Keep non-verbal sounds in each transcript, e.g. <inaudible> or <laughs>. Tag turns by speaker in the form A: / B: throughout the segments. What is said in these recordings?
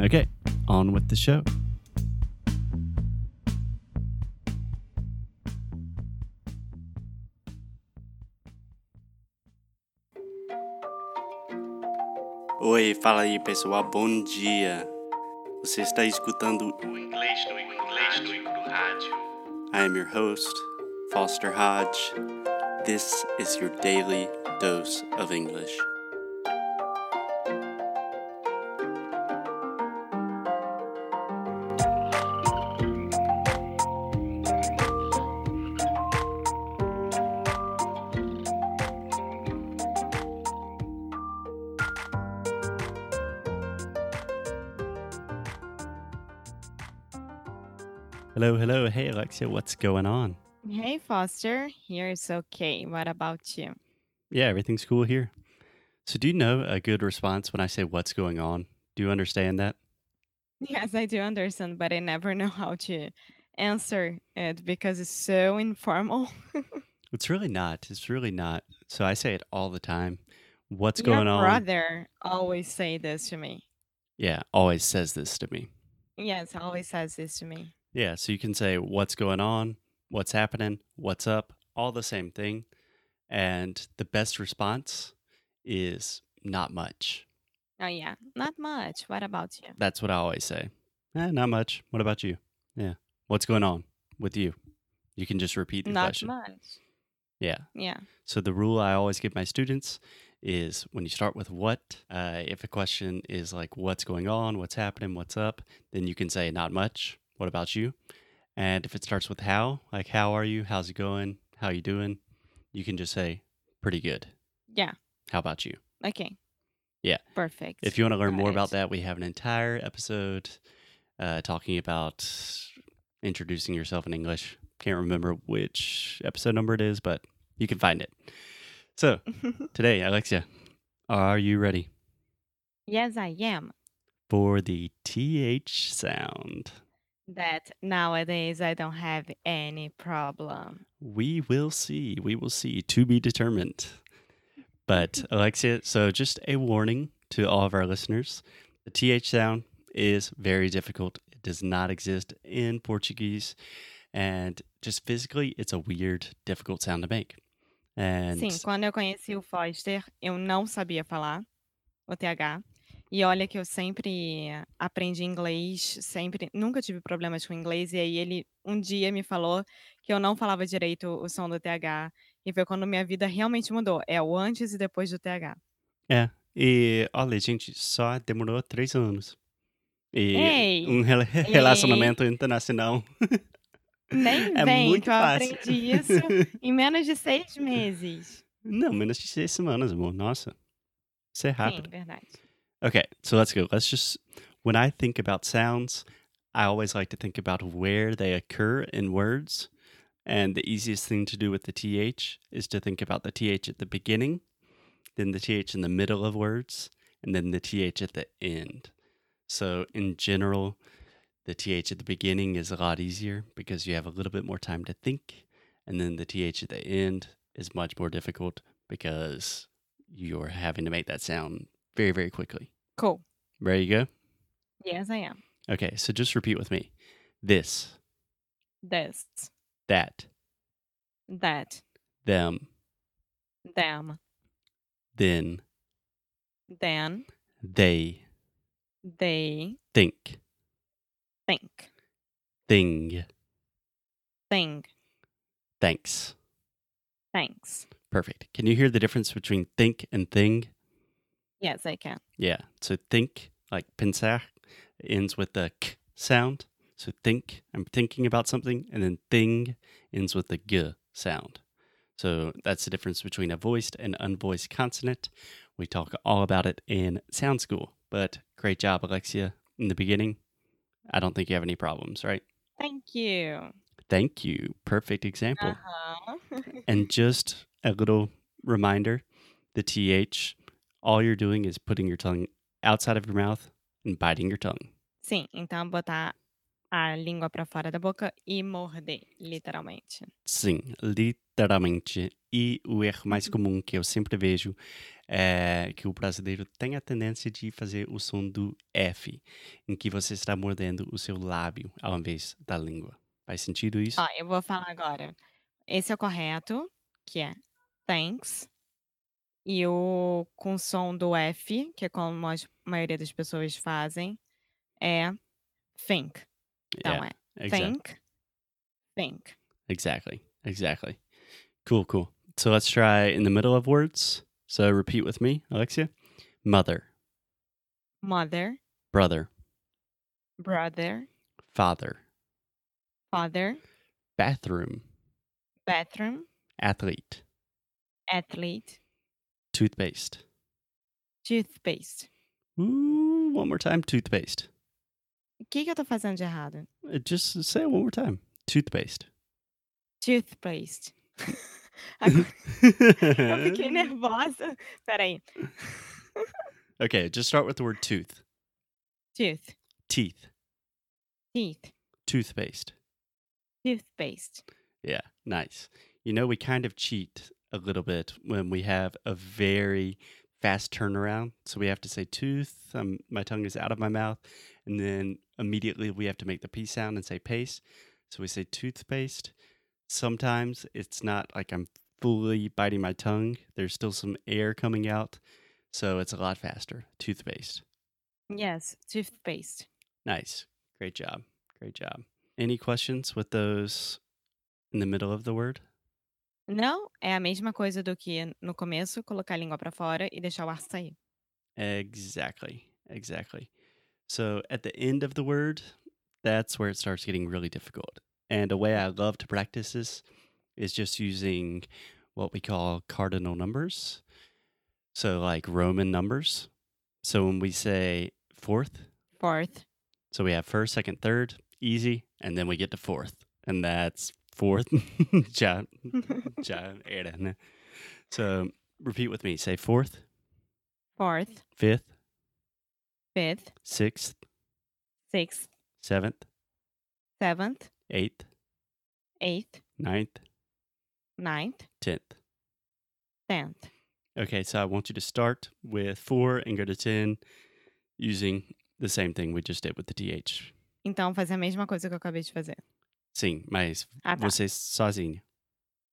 A: Okay, on with the show. Oi, fala aí pessoal, bom dia. Você está escutando
B: O inglês no inglês no rádio.
A: I am your host, Foster Hodge. This is your daily dose of English. Hello, hello. Hey, Alexia, what's going on?
C: Hey Foster, here's okay. What about you? <laughs>
A: Yeah, everything's cool here. So, do you know a good response when I say what's going on? Do you understand that?
C: Yes, I do understand, but I never know how to answer it because it's so informal. <laughs>
A: It's really not. It's really not. So, I say it all the time. What's
C: Your
A: going on?
C: brother always say this to me.
A: Yeah, always says this to me.
C: Yes, always says this to me.
A: Yeah, so you can say what's going on, what's happening, what's up, all the same thing. And the best response is not much.
C: Oh yeah, not much. What about you?
A: That's what I always say. Eh, not much. What about you? Yeah. What's going on with you? You can just repeat the
C: Not
A: question.
C: much.
A: Yeah.
C: Yeah.
A: So the rule I always give my students is when you start with what, uh, if a question is like what's going on, what's happening, what's up, then you can say not much. What about you? And if it starts with how, like how are you, how's it going, how you doing, you can just say pretty good.
C: Yeah.
A: How about you?
C: Okay.
A: Yeah.
C: Perfect.
A: If you want to learn
C: Got
A: more
C: it.
A: about that, we have an entire episode uh, talking about introducing yourself in English. Can't remember which episode number it is, but you can find it. So Today, Alexia, are you ready
C: <laughs> yes, I am.
A: for the TH sound?
C: That nowadays I don't have any problem.
A: We will see. We will see. To be determined. But, Alexia, so just a warning to all of our listeners the TH sound is very difficult. It does not exist in Portuguese. And just physically, it's a weird, difficult sound to make. And
C: Sim, quando eu conheci o Foster, eu não sabia falar o TH. E olha que eu sempre aprendi inglês, sempre, nunca tive problemas com inglês. E aí ele um dia me falou que eu não falava direito o som do TH. E foi quando minha vida realmente mudou. É o antes e depois do TH.
A: É. E olha, gente, só demorou três anos. E
C: Ei!
A: um rela- <laughs> relacionamento internacional.
C: Nem
A: <laughs> É
C: vem,
A: muito
C: que eu
A: fácil.
C: aprendi isso em menos de seis meses.
A: <laughs> Não, menos de seis semanas, amor. Nossa. Isso é
C: Sim,
A: rápido.
C: verdade.
A: Okay, so let's go. Let's just. When I think about sounds, I always like to think about where they occur in words. And the easiest thing to do with the TH is to think about the TH at the beginning, then the TH in the middle of words, and then the TH at the end. So, in general, the TH at the beginning is a lot easier because you have a little bit more time to think. And then the TH at the end is much more difficult because you're having to make that sound very, very quickly.
C: Cool.
A: Ready you go?
C: Yes, I am.
A: Okay, so just repeat with me this,
C: This,
A: that,
C: that,
A: them,
C: them,
A: then,
C: then,
A: they,
C: They
A: Think.
C: think.
A: Thing.
C: Thing.
A: Thanks.
C: Thanks.
A: Perfect. Can you hear the difference between think and thing?
C: Yes, I can.
A: Yeah. So think, like pensar, ends with the k sound. So think, I'm thinking about something, and then thing ends with the g sound. So that's the difference between a voiced and unvoiced consonant. We talk all about it in sound school. But great job, Alexia, in the beginning. I don't think you have any problems, right?
C: Thank you.
A: Thank you. Perfect example.
C: Aham. <laughs>
A: And just a little reminder the TH, all you're doing is putting your tongue outside of your mouth and biting your tongue.
C: Sim, então botar a língua pra fora da boca e morder, literalmente.
A: Sim, literalmente. E o erro
C: Uhum.
A: mais comum que eu sempre vejo é que o brasileiro tem a tendência de fazer o som do F, em que você está mordendo o seu lábio ao invés da língua. Faz sentido isso?
C: Ó, eu vou falar agora. Esse é o correto, que é thanks. E o com som do F, que é como a maioria das pessoas fazem, é think. Então
A: Yeah,
C: é
A: exactly.
C: think, think.
A: Exactly. Exactly. Cool, cool. So let's try in the middle of words. So repeat with me, Alexia. Mother,
C: Mother,
A: brother,
C: brother,
A: father,
C: father,
A: bathroom,
C: bathroom,
A: athlete,
C: athlete,
A: toothpaste.
C: toothpaste.
A: Ooh, one more time, toothpaste.
C: O que, que eu tô fazendo de errado?
A: Uh, Just say it one more time. Toothpaste.
C: Toothpaste.
A: <laughs>
C: Agora <laughs>
A: É.
C: eu fiquei
A: okay,
C: nervosa. Peraí.
A: just start with the word tooth.
C: Tooth,
A: Teeth.
C: teeth,
A: Toothpaste.
C: toothpaste.
A: Yeah, nice. You know, we kind of cheat a little bit when we have a very fast turnaround. So we have to say tooth, um, my tongue is out of my mouth, and then immediately we have to make the P sound and say paste. So we say toothpaste. Sometimes it's not like I'm fully biting my tongue, there's still some air coming out. So it's a lot faster. Toothpaste.
C: Yes, toothpaste.
A: Nice. Great job. Great job. Any questions with those in the middle of the word?
C: Não é a mesma coisa do que no começo, colocar a língua pra fora e deixar o ar sair.
A: Exactly. Exactly. So at the end of the word, that's where it starts getting really difficult. And a way I love to practice this is just using what we call cardinal numbers. So like Roman numbers. So when we say fourth,
C: Fourth,
A: so we have first, second, third, easy, and then we get to fourth. And that's fourth. <laughs> Ja- ja- era, né? so repeat with me. Say fourth,
C: <laughs> fourth,
A: fifth,
C: fifth,
A: sixth,
C: sixth,
A: seventh,
C: seventh,
A: eighth,
C: eighth,
A: ninth,
C: ninth,
A: tenth.
C: tenth.
A: Okay, so I want you to start with four and go to ten using the same thing we just did with the TH.
C: Então, fazer a mesma coisa que eu acabei de fazer.
A: Sim, mas
C: Ah, tá.
A: você sozinho.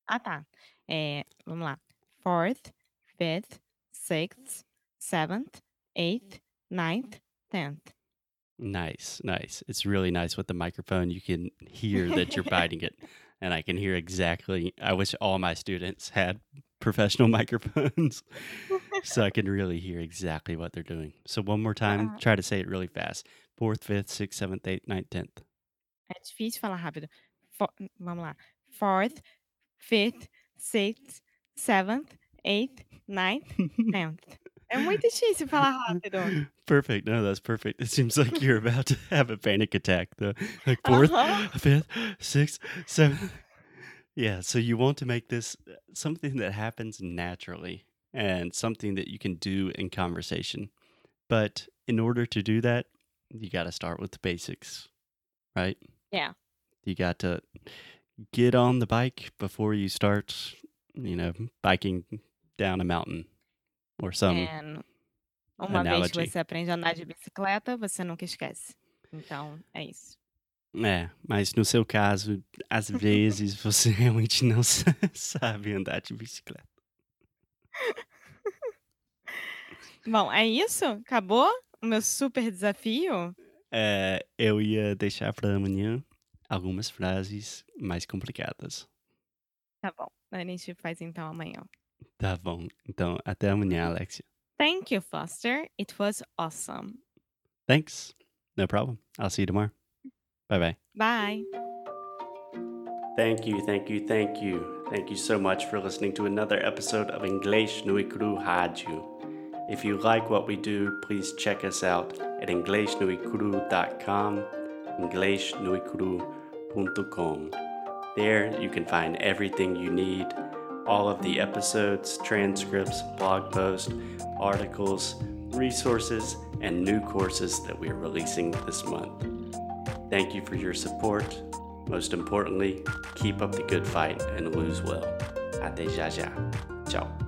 C: Ah, tá. É, vamos lá. Fourth, fifth, sixth, seventh, eighth, ninth, tenth.
A: Nice, nice. It's really nice with the microphone. You can hear that you're biting it, and I can hear exactly. I wish all my students had professional <laughs> microphones so I can really hear exactly what they're doing. So, one more time,
C: Uh-uh.
A: try to say it really fast fourth, fifth, sixth, seventh, eighth, ninth, tenth.
C: É difícil falar rápido. Fo- vamos lá. Fourth, fifth, sixth, seventh, eighth, ninth, tenth. É muito difícil falar rápido.
A: Perfect. No, that's perfect. It seems like you're about to have a panic attack, though. Like 4th
C: Uh-huh.
A: fifth, sixth, seventh. Yeah. So you want to make this uh, something that happens naturally and something that you can do in conversation. But in order to do that, you got to start with the basics, right?
C: Yeah.
A: You got to get on the bike before you start, you know, biking down a mountain or some.
C: And É, uma
A: Tá
C: vez que
A: analogy.
C: você aprende a andar de bicicleta, você nunca esquece. Então, é isso.
A: É, mas no seu caso, às vezes você <laughs> realmente não sa- sabe andar de bicicleta.
C: Bom, é isso? Acabou? O meu super desafio?
A: É, eu ia deixar para amanhã algumas frases mais complicadas.
C: Tá bom. A gente faz então amanhã.
A: Tá bom. Então, até amanhã, Alexia.
C: Thank you, Foster. It was awesome.
A: Thanks. No problem. I'll see you tomorrow. Bye bye.
C: Bye.
A: Thank you, thank you, thank you. Thank you so much for listening to another episode of English Nui Kuru Haju. If you like what we do, please check us out at EnglishNuikuru.com, EnglishNuikuru.com. There you can find everything you need all of the episodes, transcripts, blog posts, articles, resources, and new courses that we are releasing this month. Thank you for your support. Most importantly, keep up the good fight and lose well. Ate Jaja. Ciao.